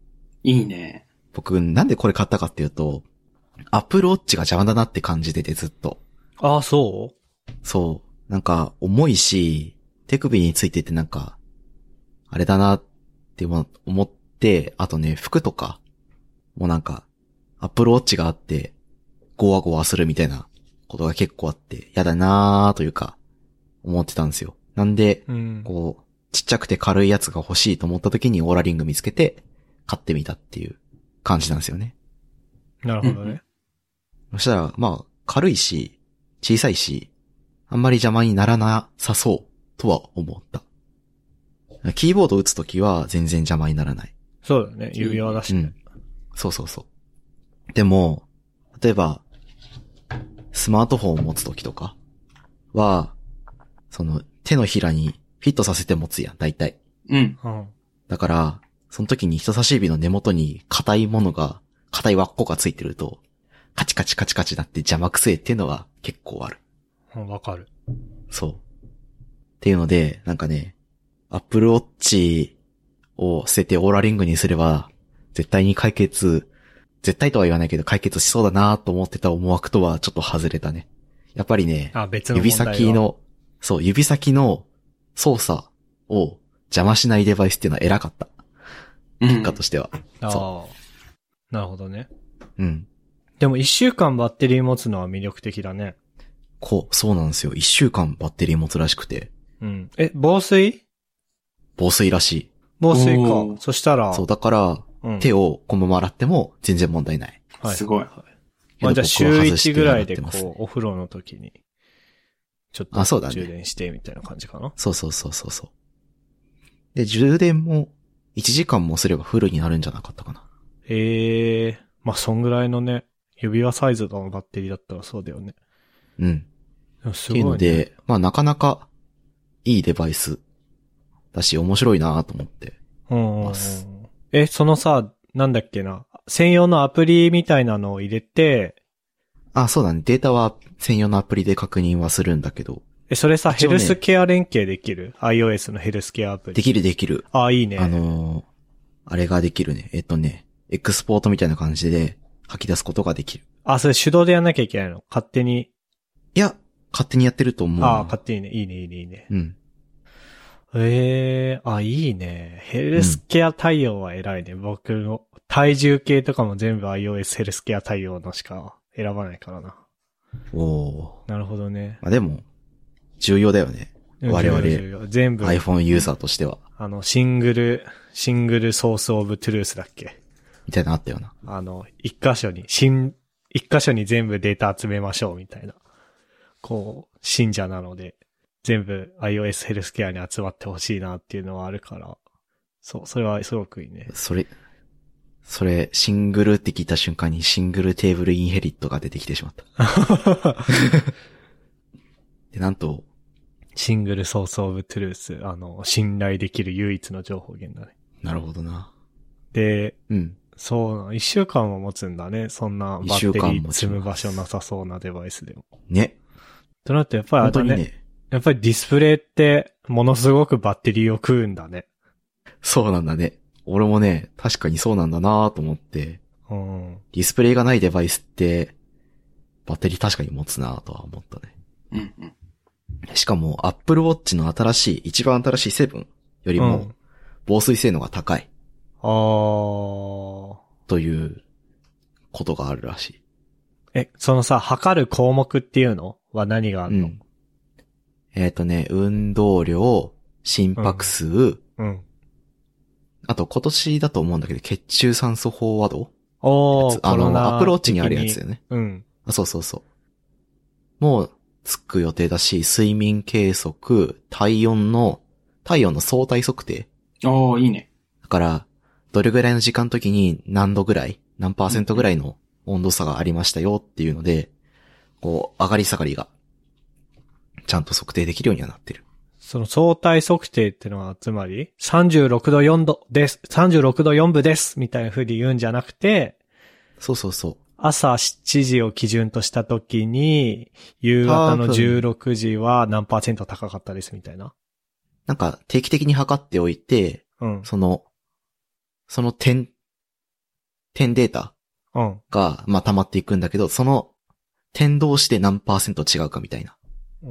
Speaker 2: いいね。
Speaker 3: 僕、なんでこれ買ったかっていうと、アップルウォッチが邪魔だなって感じててずっと。
Speaker 1: ああ、そ
Speaker 3: そう。なんか、重いし、手首についててなんか、あれだなって思思って、あとね、服とか、もうなんか、アップルウォッチがあって、ゴワゴワするみたいなことが結構あって、やだなーというか、思ってたんですよ。なんで、
Speaker 1: ううん。
Speaker 3: こう、ちっちゃくて軽いやつが欲しいと思った時にオーラリング見つけて、買ってみたっていう感じなんですよね。
Speaker 1: なるほどね。
Speaker 3: そしたら、まあ、軽いし、小さいし、あんまり邪魔にならなさそう、とは思った。キーボード打つときは全然邪魔にならない。
Speaker 1: そうだよね。指輪だし
Speaker 3: う
Speaker 1: ね
Speaker 3: ん。。そうそうそう。でも、例えば、スマートフォンを持つときとかは、その、手のひらにフィットさせて持つやん、大体。
Speaker 2: うん。
Speaker 1: うん。
Speaker 3: だから、その時に人差し指の根元に硬いものが、硬い輪っこがついてると、カチカチカチカチなって邪魔くせえっていうのは結構ある。
Speaker 1: うんわかる。
Speaker 3: そう。っていうので、なんかね、Apple Watch を捨ててオーラリングにすれば、絶対に解決、絶対とは言わないけど解決しそうだなと思ってた思惑とはちょっと外れたね。やっぱりね、
Speaker 1: あ、別の問
Speaker 3: 指
Speaker 1: 題は
Speaker 3: 先。の、そう、指先の操作を邪魔しないデバイスっていうのは偉かった。
Speaker 2: うん
Speaker 3: 結果としては。
Speaker 1: あ
Speaker 3: そ
Speaker 1: あ。なるほどね。
Speaker 3: うん。
Speaker 1: でも一週間バッテリー持つのは魅力的だね。
Speaker 3: こう、そうなんですよ。一週間バッテリー持つらしくて、
Speaker 1: うん。え、防水
Speaker 3: 防水らしい。
Speaker 1: 防水
Speaker 2: お
Speaker 1: か。
Speaker 2: ー
Speaker 1: そしたら、
Speaker 3: そう、だから、
Speaker 1: うん
Speaker 3: 手をこのまま洗っても全然問題ない。
Speaker 1: はい
Speaker 2: すごい。
Speaker 1: まあじゃあ週
Speaker 3: けど僕は外して
Speaker 1: 1ぐらいで
Speaker 3: 洗ってま
Speaker 1: こ
Speaker 3: す
Speaker 1: う、お風呂の時に、ちょっ
Speaker 3: あそうだ
Speaker 1: と
Speaker 3: ね
Speaker 1: 充電してみたいな感じかな。
Speaker 3: そうそうそうそうそう。で、充電も、1時間もすればフルになるんじゃなかったかな。
Speaker 1: ええー、まあそんぐらいのね、指輪サイズのバッテリーだったらそうだよね。
Speaker 3: うん。
Speaker 1: でもす
Speaker 3: っ
Speaker 1: ご
Speaker 3: て
Speaker 1: い、
Speaker 3: いう
Speaker 1: ね。
Speaker 3: ので、まあなかなか、いいデバイス。だし、面白いなと思って。
Speaker 1: うんうんうん
Speaker 3: ます
Speaker 1: え、そのさ、なんだっけな、専用のアプリみたいなのを入れて、
Speaker 3: あ、そうだね。データは専用のアプリで確認はするんだけど、
Speaker 1: え、それさ、
Speaker 3: 一
Speaker 1: ヘ
Speaker 3: 応ね
Speaker 1: ルスケア連携できる ?iOS のヘルスケアアプリ。
Speaker 3: できるできる。
Speaker 1: あ、いいね。
Speaker 3: あのーあれができるね。えっとね、エクスポートみたいな感じで吐き出すことができる。
Speaker 1: あ、それ手動でやんなきゃいけないの。勝手に。
Speaker 3: いや、勝手にやってると思う。
Speaker 1: あ、勝手にね。いいね、いいね、いいね。
Speaker 3: うん。
Speaker 1: ええあ、いいね。ヘルスケア対応は偉いね。僕の体重計とかも全部 iOS ヘルスケア対応のしか選ばないからな。
Speaker 3: おお。
Speaker 1: なるほどね。
Speaker 3: まあ、でも、重要だよね。我々
Speaker 1: 重要重要全部、
Speaker 3: iPhone ユーザーとしては。
Speaker 1: あの、シングル、シングルソースオブトゥルースだっけ
Speaker 3: みたいなのあったよな。
Speaker 1: あの、一箇所に、信一箇所に全部データ集めましょうみたいな。こう、信者なので、全部 iOS ヘルスケアに集まってほしいなっていうのはあるから、そう、それはすごくいいね。
Speaker 3: それ、それ、シングルって聞いた瞬間にシングルテーブルインヘリットが出てきてしまった。 で、なんと、
Speaker 1: シングルソースオブトゥルース、あの、信頼できる唯一の情報源だね。
Speaker 3: なるほどな。
Speaker 1: で、
Speaker 3: うん。
Speaker 1: そうなの、一週間も持つんだね。そんなバ
Speaker 3: 一
Speaker 1: ッ
Speaker 3: 週
Speaker 1: テ
Speaker 3: 間
Speaker 1: リー
Speaker 3: 持ちます
Speaker 1: 積む場所なさそうなデバイスでも。
Speaker 3: ね。
Speaker 1: となると、やっぱりあれ
Speaker 3: 本当
Speaker 1: だ
Speaker 3: に
Speaker 1: ね
Speaker 3: ね。
Speaker 1: やっぱりディスプレイって、ものすごくバッテリーを食うんだね。
Speaker 3: そうなんだね。俺もね、確かにそうなんだなと思って。
Speaker 1: うん。
Speaker 3: ディスプレイがないデバイスって、バッテリー確かに持つなとは思ったね。
Speaker 2: うんうん。
Speaker 3: しかも、Apple Watch の新しい、一番新しい7より
Speaker 1: う
Speaker 3: も
Speaker 1: ん、
Speaker 3: 防水性能が高い
Speaker 1: あー。
Speaker 3: ということがあるらしい。
Speaker 1: え、そのさ、測る項目っていうのは何があ
Speaker 3: う
Speaker 1: るの
Speaker 3: ん。えっ、とね、運動量、心拍数、
Speaker 1: うん。
Speaker 3: あと今年だと思うんだけど、血中酸素飽和度
Speaker 1: お
Speaker 3: や
Speaker 1: ー
Speaker 3: つ、あ
Speaker 1: コロナ
Speaker 3: の、アプローチにあるやつ
Speaker 1: 的
Speaker 3: だよね。
Speaker 1: にうん。
Speaker 3: あ、そうそうそう。もう、つく予定だし、睡眠計測、体温の、体温の相対測定。
Speaker 2: おー、いいね。
Speaker 3: だから、どれぐらいの時間の時に何度ぐらい、何パーセントぐらいの温度差がありましたよっていうので、こう、上がり下がりが、ちゃんと測定できるようにはなってる。
Speaker 1: その相対測定ってのは、つまり、36度4度です、36度4分です、みたいな風に言うんじゃなくて、
Speaker 3: そうそうそう。
Speaker 1: 朝7時を基準とした時に、夕方の
Speaker 3: 多分
Speaker 1: 16時は何パーセント高かったです、みたいな。
Speaker 3: なんか定期的に測っておいて、
Speaker 1: うん。
Speaker 3: その、その点、点データ
Speaker 1: うん。
Speaker 3: が、まあ、溜まっていくんだけど、その点同士で何パーセント違うかみたいな。
Speaker 1: うー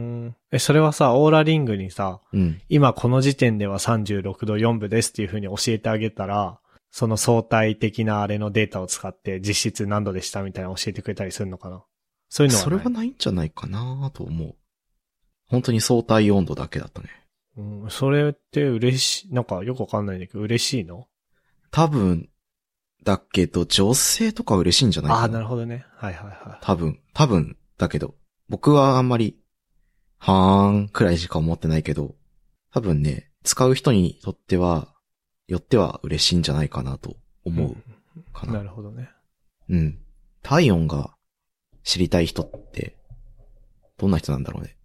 Speaker 1: ん。え、それはさ、オーラリングにさ、
Speaker 3: うん。
Speaker 1: 今この時点では36度4分ですっていう風に教えてあげたら、その相対的なあれのデータを使って実質何度でしたみたいなの教えてくれたりするのかなそういうのは
Speaker 3: それ
Speaker 1: ない。
Speaker 3: はないんじゃないかなと思う。本当に相対温度だけだったね。
Speaker 1: うん、それって嬉しい、なんかよくわかんないんだけど、嬉しいの
Speaker 3: 多分、だけど、女性とか嬉しいんじゃないか
Speaker 1: ああ、なるほどね。はいはいはい。
Speaker 3: 多分、多分、だけど、僕はあんまり、はーんくらいしか思ってないけど、多分ね、使う人にとっては、よっては嬉しいんじゃないかなと思うか
Speaker 1: うん
Speaker 3: な。
Speaker 1: なるほどね。
Speaker 3: うん。体温が知りたい人って、どんな人なんだろうね。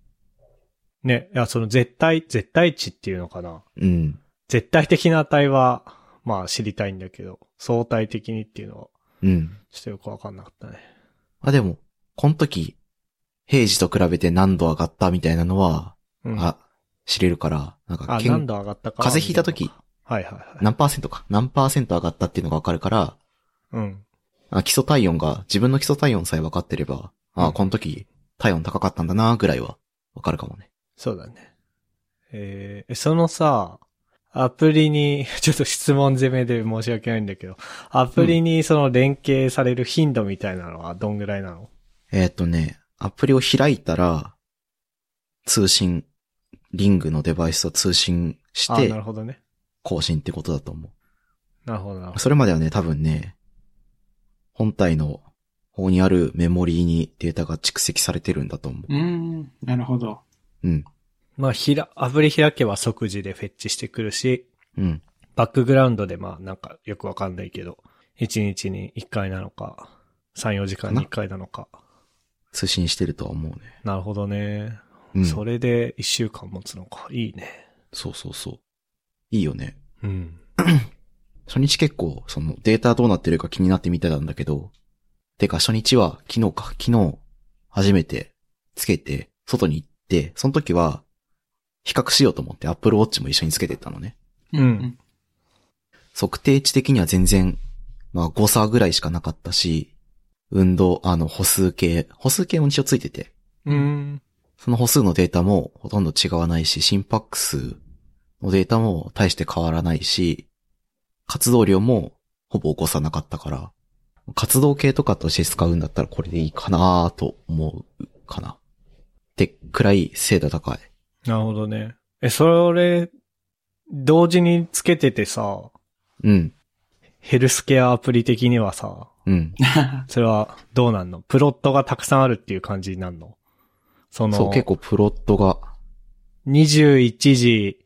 Speaker 1: ね、いや、その絶対、絶対値っていうのかな。
Speaker 3: うん。
Speaker 1: 絶対的な値は、まあ知りたいんだけど、相対的にっていうのは、
Speaker 3: うん。
Speaker 1: ちょっとよくわかんなかったね。
Speaker 3: あ、でも、この時、平時と比べて何度上がったみたいなのは、
Speaker 1: うん、
Speaker 3: あ、知れるから、なんか、
Speaker 1: あ、
Speaker 3: けん
Speaker 1: 何度上がったか。
Speaker 3: 風邪ひいた時
Speaker 1: みなのか。はいはいはい。
Speaker 3: 何パーセントか、何パーセント上がったっていうのがわかるから、
Speaker 1: うん。
Speaker 3: あ、基礎体温が、自分の基礎体温さえ分かってれば、
Speaker 1: うん
Speaker 3: あ、この時、体温高かったんだな、ぐらいは、分かるかもね。
Speaker 1: そうだね。えー、そのさ、アプリに、 ちょっと質問攻めで申し訳ないんだけど、アプリにその連携される頻度みたいなのはどんぐらいなの
Speaker 3: えーっとね、アプリを開いたら、通信、リングのデバイスと通信し
Speaker 1: あ、なる
Speaker 3: て、
Speaker 1: ほどね。
Speaker 3: 更新ってことだと思
Speaker 1: なるほどなるほ
Speaker 3: う。それまではね、多分ね、本体の方にあるメモリーにデータが蓄積されてるんだと思
Speaker 2: うーん、なるほど。
Speaker 3: う。うん。
Speaker 1: ど。まあ、ひら、アプリ開けば即時でフェッチしてくるし、
Speaker 3: うん。
Speaker 1: バックグラウンドでまあ、なんかよくわかんないけど、1日に1回なのか、3、4時間に1回なのか。
Speaker 3: 通信してるとは思うね。
Speaker 1: なるほどね。
Speaker 3: うん。
Speaker 1: それで1週間持つのか。いいね。
Speaker 3: そうそうそう。いいよね。
Speaker 1: うん。
Speaker 3: 初日結構、そのデータどうなってるか気になってみてたんだけど、てか初日は昨日か、昨日初めてつけて、外に行って、その時は比較しようと思って Apple Watch も一緒につけてったのね。
Speaker 1: うん
Speaker 3: 測定値的には全然、まあ誤差ぐらいしかなかったし、運動、あの歩数計、歩数計も一応ついてて、
Speaker 1: うん。
Speaker 3: その歩数のデータもほとんど違わないし、心拍数のデータも大して変わらないし、活動量もほぼ起こさなかったから、活動計とかとして使うんだったらこれでいいかなと思うかな。で、くらい精度高い。
Speaker 1: なるほどね。え、それ、同時につけててさ、
Speaker 3: うん、
Speaker 1: ヘルスケアアプリ的にはさ、
Speaker 3: うん。
Speaker 1: それはどうなんのプロットがたくさんあるっていう感じになるのその、
Speaker 3: そう、結構プロットが、
Speaker 1: 21時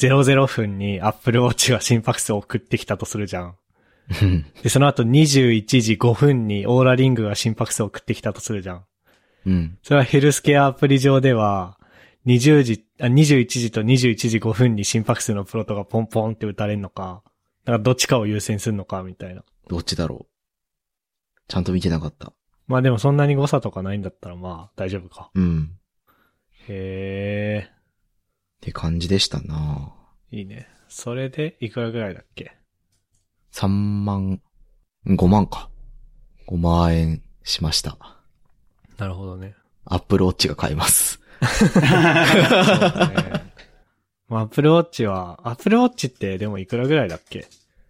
Speaker 1: 00分に Apple Watch が心拍数を送ってきたとするじゃん。
Speaker 3: うん
Speaker 1: で、その後21時5分にオーラリングが心拍数を送ってきたとするじゃん。
Speaker 3: うん、
Speaker 1: それはヘルスケアアプリ上では、20時、あ、21時と21時5分に心拍数のプロットがポンポンって打たれるのか、なんかどっちかを優先するのか、みたいな。
Speaker 3: どっちだろう。ちゃんと見てなかった。
Speaker 1: まあでもそんなに誤差とかないんだったらまあ大丈夫か。
Speaker 3: うん。
Speaker 1: へ
Speaker 3: って感じでしたな
Speaker 1: え、いいね。それでいくらぐらいだっけ
Speaker 3: 3万、5万か。5万円しました。
Speaker 1: なるほどね。
Speaker 3: アップルウォッチが買えます。
Speaker 1: そうだね。まあ、アップルウォッチは、アップルウォッチってでもいくらぐらいだっけ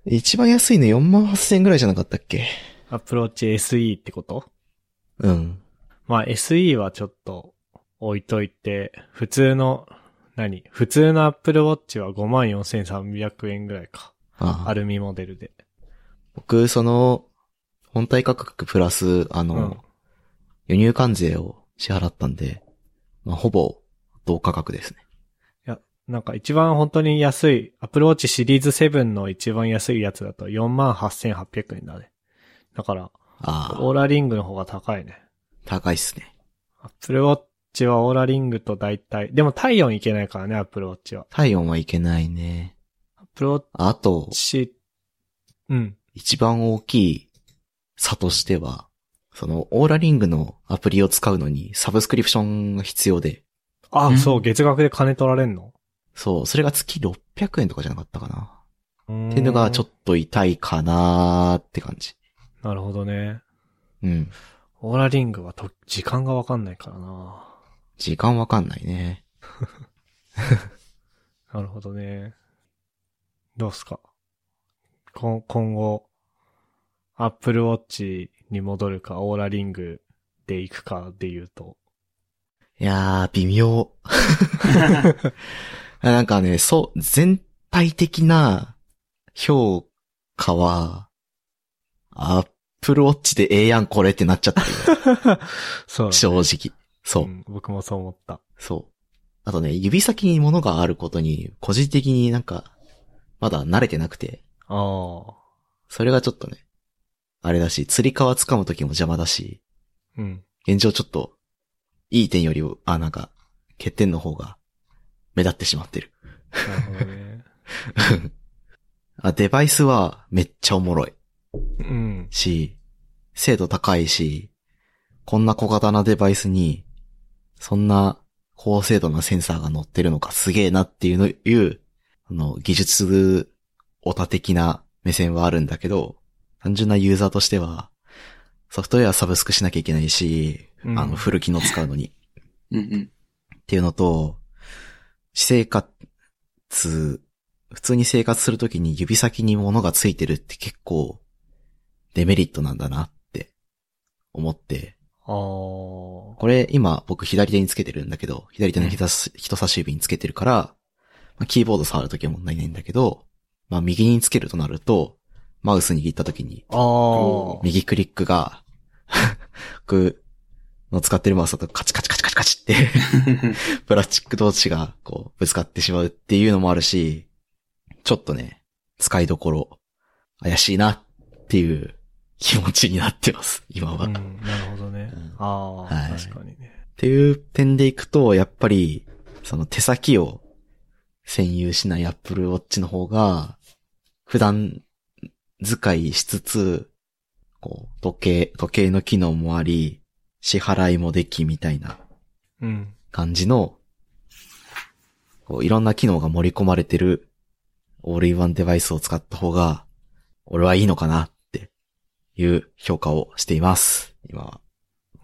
Speaker 3: 一番安いの4万8000円ぐらいじゃなかったっけ
Speaker 1: アップルウォッチ SE ってこと
Speaker 3: うん。
Speaker 1: まあ SE はちょっと置いといて、普通の、何普通の Apple Watch は54,300円ぐらいか。
Speaker 3: ああ
Speaker 1: アルミモデルで。
Speaker 3: 僕、その、本体価格プラス、あの、
Speaker 1: うん
Speaker 3: 輸入関税を支払ったんで、まあ、ほぼ、同価格ですね。
Speaker 1: なんか一番本当に安い、Apple Watch シリーズ7の一番安いやつだと48,800円だね。だから、
Speaker 3: あ
Speaker 1: オー
Speaker 3: あ、
Speaker 1: ラリングの方が高いね。
Speaker 3: 高いっすね。
Speaker 1: Apple Watch チはオーラリングと大体、でも体温いけないからね、アップルウォッチは。
Speaker 3: 体温はいけないね。
Speaker 1: アップルウォッ
Speaker 3: あと、
Speaker 1: チ、うん。
Speaker 3: 一番大きい差としては、その、オーラリングのアプリを使うのにサブスクリプションが必要で、
Speaker 1: あ、
Speaker 2: うん
Speaker 1: そう、月額で金取られんの
Speaker 3: そう、それが月600円とかじゃなかったかな。
Speaker 1: うーん
Speaker 3: っていうのがちょっと痛いかなーって感じ。
Speaker 1: なるほどね。
Speaker 3: うん。
Speaker 1: オーラリングはと、時間がわかんないからな。
Speaker 3: 時間わかんないね。
Speaker 1: なるほどね。どうすか今今後、アップルウォッチに戻るか、オーラリングで行くかで言うと。
Speaker 3: いやー、微妙。 なんかね、そう、全体的な評価は、アップルウォッチでええやんこれってなっちゃったよ。
Speaker 1: そうだね、
Speaker 3: 正直。そうう、
Speaker 1: ん。僕もそう思った。
Speaker 3: そう。あとね、指先に物があることに、個人的になんか、まだ慣れてなくて、
Speaker 1: ああ。
Speaker 3: それがちょっとね、あれだし、釣り革掴む時も邪魔だし、
Speaker 1: うん。
Speaker 3: 現状ちょっと、いい点より、あ、なんか、欠点の方が、目立ってしまってる。
Speaker 1: なるほどね。
Speaker 3: あ、デバイスは、めっちゃおもろい。
Speaker 1: うん。
Speaker 3: し、精度高いし、こんな小型なデバイスに、そんな高精度なセンサーが乗ってるのかすげえなっていうの、いう、あの、技術オタ的な目線はあるんだけど、単純なユーザーとしては、ソフトウェアサブスクしなきゃいけないし、
Speaker 1: うん
Speaker 3: あの、古機能使うのに。
Speaker 2: うん うん。
Speaker 3: っていうのと、私生活、普通に生活するときに指先に物がついてるって結構デメリットなんだなって思って、
Speaker 1: ああ。
Speaker 3: これ今僕左手につけてるんだけど、左手の人差し人差し指につけてるから、まあキーボード触るときは問題ないんだけど、まあ右につけるとなると、マウス握ったときに
Speaker 1: ああ。
Speaker 3: 右クリックが、 僕の使ってるマウスだとカチカチカチカチカチってプラスチック同士がこうぶつかってしまうっていうのもあるし、ちょっとね、使いどころ怪しいなっていう気持ちになってます、 今は。
Speaker 1: うん、な
Speaker 3: っ
Speaker 1: るほどね
Speaker 3: うん。
Speaker 1: ああ、
Speaker 3: はい
Speaker 1: 確かにね。
Speaker 3: ていう点でいくと、やっぱり、その手先を占有しない Apple Watch の方が、普段使いしつつ、こう、時計、時計の機能もあり、支払いもできみたいな
Speaker 1: うん。
Speaker 3: 感じの、こういろんな機能が盛り込まれてる、オールインワンデバイスを使った方が、俺はいいのかなっていう評価をしています。今は。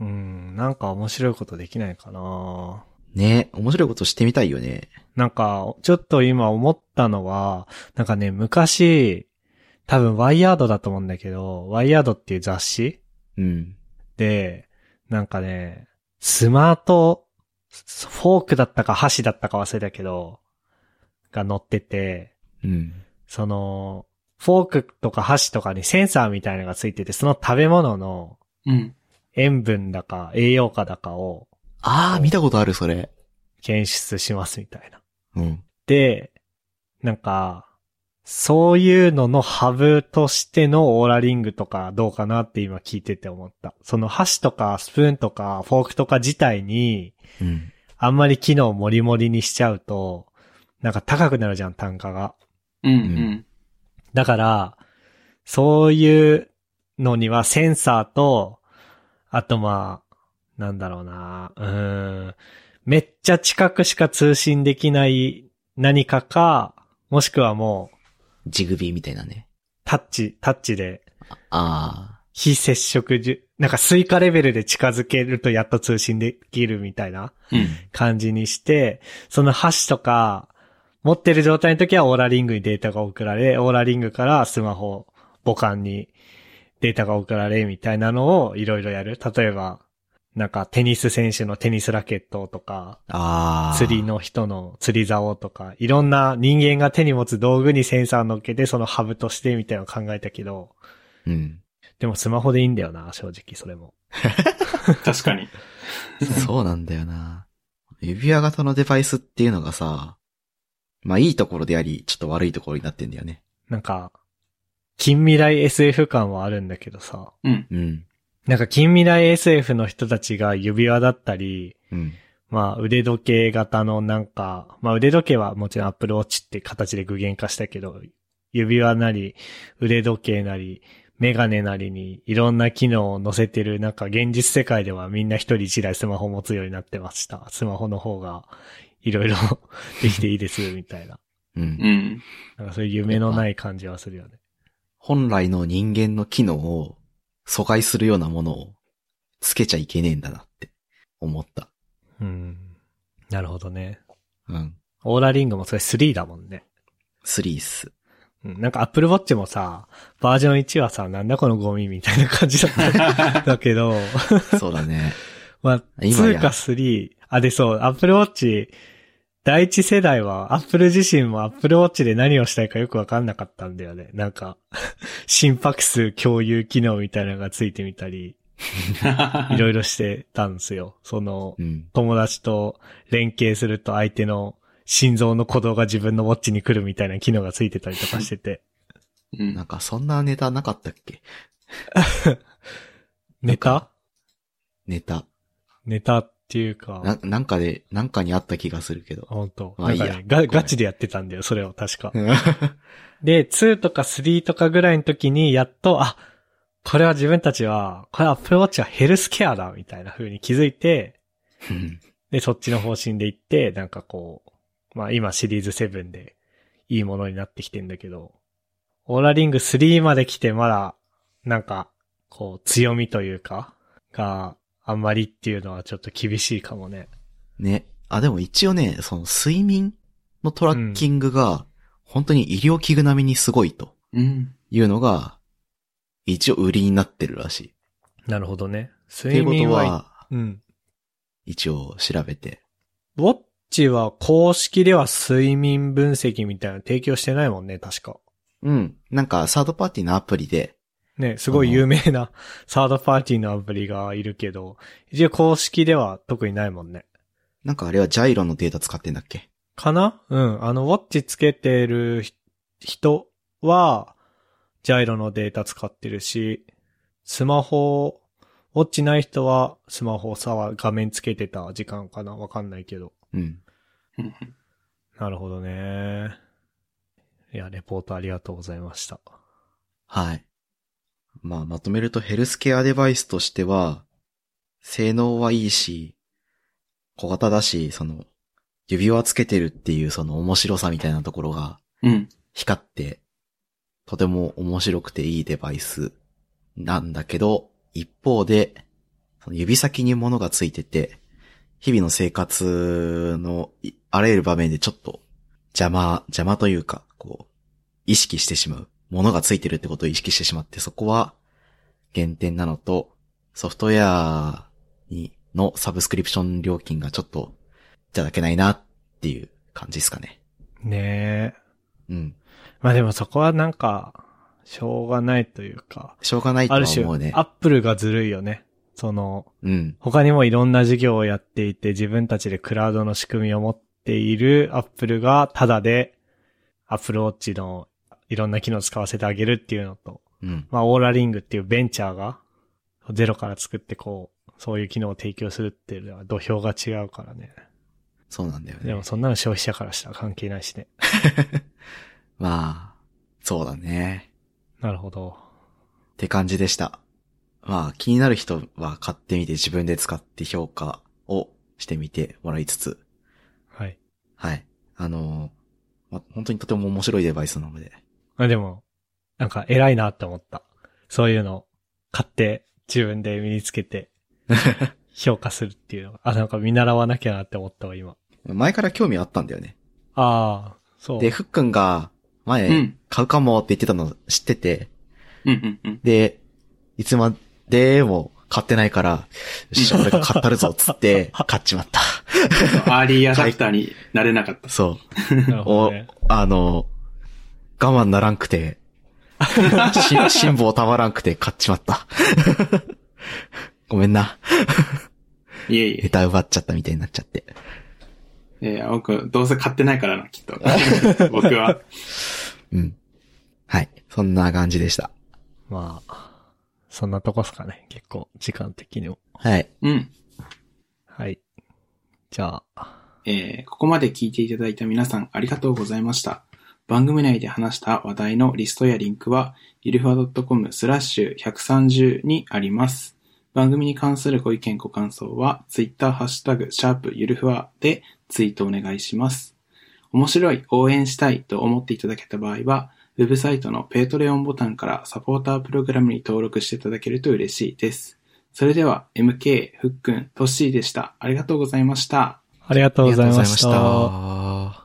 Speaker 1: うん、なんか面白いことできないかな
Speaker 3: ね面白いことしてみたいよね。
Speaker 1: なんか、ちょっと今思ったのは、なんかね、昔、多分ワイヤードだと思うんだけど、ワイヤードっていう雑誌
Speaker 3: うん。
Speaker 1: で、なんかね、スマート、フォークだったか箸だったか忘れたけど、が載ってて、
Speaker 3: うん。
Speaker 1: その、フォークとか箸とかにセンサーみたいなのがついてて、その食べ物の
Speaker 2: うん。
Speaker 1: 塩分だか栄養価だかを
Speaker 3: あー、見たことある、それ。
Speaker 1: 検出しますみたいな。
Speaker 3: うん。
Speaker 1: で、なんか、そういうののハブとしてのオーラリングとかどうかなって今聞いてて思った。その箸とかスプーンとかフォークとか自体に
Speaker 3: うん。
Speaker 1: あんまり機能もりもりにしちゃうと、なんか高くなるじゃん、単価が。
Speaker 2: うんうん。
Speaker 1: だから、そういうのにはセンサーと、あとまあ、なんだろうな、うーん、めっちゃ近くしか通信できない何かか、もしくはもう、
Speaker 3: ジグビーみたいなね。
Speaker 1: タッチ、タッチで、
Speaker 3: あ
Speaker 1: 非接触じゅ、なんかスイカレベルで近づけるとやっと通信できるみたいな
Speaker 2: う
Speaker 3: ー。
Speaker 2: ん。
Speaker 1: 感じにして、その箸とか、持ってる状態の時はオーラリングにデータが送られ、オーラリングからスマホ、母艦にデータが送られ、みたいなのをいろいろやる。例えば、なんかテニス選手のテニスラケットとか、
Speaker 3: あー。
Speaker 1: 釣り。の人の釣り竿とか、いろんな人間が手に持つ道具にセンサー乗っけて、そのハブとしてみたいなのを考えたけど、
Speaker 3: うん。
Speaker 1: でもスマホでいいんだよな、正直それも。
Speaker 2: 確かに。
Speaker 3: そうなんだよな。指輪型のデバイスっていうのがさ、まあいいところであり、ちょっと悪いところになってんだよね。
Speaker 1: なんか、近未来 SF 感はあるんだけどさ、
Speaker 2: うん。
Speaker 3: うん。
Speaker 1: なんか近未来 SF の人たちが指輪だったり、
Speaker 3: うん。
Speaker 1: まあ腕時計型のなんか、まあ腕時計はもちろん Apple Watch って形で具現化したけど、指輪なり、腕時計なり、メガネなりにいろんな機能を載せてる、なんか現実世界ではみんな一人一台スマホ持つようになってました。スマホの方がいろい ろできていいです、みたいな。
Speaker 3: うん
Speaker 2: う。ん。
Speaker 1: なんかそういう夢のない感じはするよね。
Speaker 3: 本来の人間の機能を阻害するようなものをつけちゃいけねえんだなって思った。
Speaker 1: うん。なるほどね。
Speaker 3: うん。
Speaker 1: オーラリングもそれ3だもんね。
Speaker 3: スリース。
Speaker 1: うん、なんか Apple Watch もさ、バージョン1はさ、なんだこのゴミみたいな感じだった。だけど、
Speaker 3: そうだ ね。
Speaker 1: まあ、
Speaker 3: 今や
Speaker 1: 2か3、あ、で、そう、Apple Watch、第一世代は、Apple 自身も Apple Watch で何をしたいかよくわかんなかったんだよね。なんか、 心拍数共有機能みたいなのがついてみたり、いろいろしてたんですよ。その
Speaker 3: う、ん。
Speaker 1: 友達と連携すると相手の心臓の鼓動が自分のウォッチに来るみたいな機能がついてたりとかしてて。
Speaker 2: うん
Speaker 3: なんかそんなネタなかったっけ
Speaker 1: ネタ
Speaker 3: ネタ。
Speaker 1: ネタっていうか、
Speaker 3: な、なんかで、なんかにあった気がす るけど。
Speaker 1: 本当
Speaker 3: まあ
Speaker 1: なんか
Speaker 3: いいや
Speaker 1: ね、
Speaker 3: ご
Speaker 1: ガ
Speaker 3: めん
Speaker 1: ガチでやってたんだよ、それを確か。
Speaker 3: う
Speaker 1: で、2とか3とかぐらいの時に、やっと、あ、これは自分たちは、これは Apple Watch はヘルスケアだ、みたいな風に気づいて、
Speaker 3: ん。
Speaker 1: で、そっちの方針で行って、なんかこう、まあ今シリーズ7でいいものになってきてんだけど、オーラリング3まで来てまだ、なんか、こう、強みというか、があんまりっていうのはちょっと厳しいかもね。
Speaker 3: ね。あ、でも一応ね、その睡眠のトラッキングが、本当に医療器具並みにすごいと
Speaker 2: うん。
Speaker 3: いうのが、一応売りになってるらしい。
Speaker 1: なるほどね。
Speaker 3: ってい
Speaker 1: 睡
Speaker 3: うこと
Speaker 1: 眠は、
Speaker 3: は、
Speaker 1: うん。
Speaker 3: 一応調べて。
Speaker 1: ウォッチは公式では睡眠分析みたいなの提供してないもんね、確か。
Speaker 3: うん。なんか、サードパーティーのアプリで、
Speaker 1: ね、すごい有名なサードパーティーのアプリがいるけど、一応公式では特にないもんね。
Speaker 3: なんかあれはジャイロのデータ使ってんだっけ
Speaker 1: かなうん。あの、ウォッチつけてるひ人は、ジャイロのデータ使ってるし、スマホ、ウォッチない人は、スマホをさ、画面つけてた時間かなわかんないけど。
Speaker 3: うん。
Speaker 2: うん
Speaker 1: なるほどね。いや、レポートありがとうございました。
Speaker 3: はい。まあ、まとめるとヘルスケアデバイスとしては、性能はいいし、小型だし、その、指輪つけてるっていうその面白さみたいなところが
Speaker 2: うん。
Speaker 3: 光って、とても面白くていいデバイスなんだけど、一方で、その指先に物がついてて、日々の生活のいあらゆる場面でちょっと邪魔、邪魔というか、こう、意識してしまう。物がついてるってことを意識してしまって、そこは減点なのと、ソフトウェアにのサブスクリプション料金がちょっといただけないなっていう感じですかね。
Speaker 1: ねえ。
Speaker 3: うん。
Speaker 1: まあでもそこはなんか、しょうがないというか、
Speaker 3: しょうがないと
Speaker 1: あ
Speaker 3: は
Speaker 1: る種、
Speaker 3: 思うね。
Speaker 1: アップルがずるいよね。その、
Speaker 3: うん。
Speaker 1: 他にもいろんな事業をやっていて、自分たちでクラウドの仕組みを持っているアップルが、ただで、アップルウォッチのいろんな機能を使わせてあげるっていうのと、
Speaker 3: うん。
Speaker 1: まあ、オーラリングっていうベンチャーが、ゼロから作ってこう、そういう機能を提供するっていうのは土俵が違うからね。
Speaker 3: そうなんだよね。
Speaker 1: でもそんなの消費者からしたら関係ないしね。
Speaker 3: まあ、そうだね。
Speaker 1: なるほど。
Speaker 3: って感じでした。まあ、気になる人は買ってみて自分で使って評価をしてみてもらいつつ、
Speaker 1: はい。
Speaker 3: はい。あのーまあ、本当にとても面白いデバイスなので、
Speaker 1: まあでも、なんか偉いなって思った。そういうの買って自分で身につけ て評価するっていうのが、あ、なんか見習わなきゃなって思ったわ、今。
Speaker 3: 前から興味あったんだよね。
Speaker 1: ああ、そう。
Speaker 3: で、ふっくんが
Speaker 2: う
Speaker 3: 前、
Speaker 2: ん。
Speaker 3: 買うかもって言ってたの知ってて、
Speaker 2: うん。うん。
Speaker 3: で、いつまでも買ってないから、よし、俺が買ったるぞっつって、買っちまった。
Speaker 2: アーリーアダプターになれなかった。
Speaker 3: そう。
Speaker 1: なるほどね。
Speaker 3: あの、我慢ならんくて、し 辛抱たまらんくて買っちまった。 ごめんな。
Speaker 2: いえい
Speaker 3: ネタ奪っちゃったみたいになっちゃって。
Speaker 2: え。いや、僕、どうせ買ってないからな、きっと。僕は。
Speaker 3: うん。はい。そんな感じでした。
Speaker 1: まあ、そんなとこっすかね。結構、時間的にも。
Speaker 3: はい。
Speaker 2: うん。
Speaker 1: はい。じゃあ、
Speaker 2: えーここまで聞いていただいた皆さんありがとうございました。番組内で話した話題のリストやリンクは、ゆるふわ .com スラッシュ130にあります。番組に関するご意見ご感想は、ツイッターハッシュタグ、シャープゆるふわでツイートお願いします。面白い、応援したいと思っていただけた場合は、ウェブサイトのペイトレオンボタンからサポータープログラムに登録していただけると嬉しいです。それでは、MK、ふっくん、とっしーでした。ありがとうございました。
Speaker 1: ありがとうございました。
Speaker 3: ありがとうございました。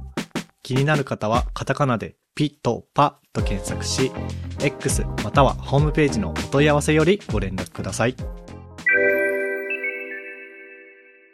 Speaker 1: 気になる方はカタカナでピトパと検索し X またはホームページのお問い合わせよりご連絡ください。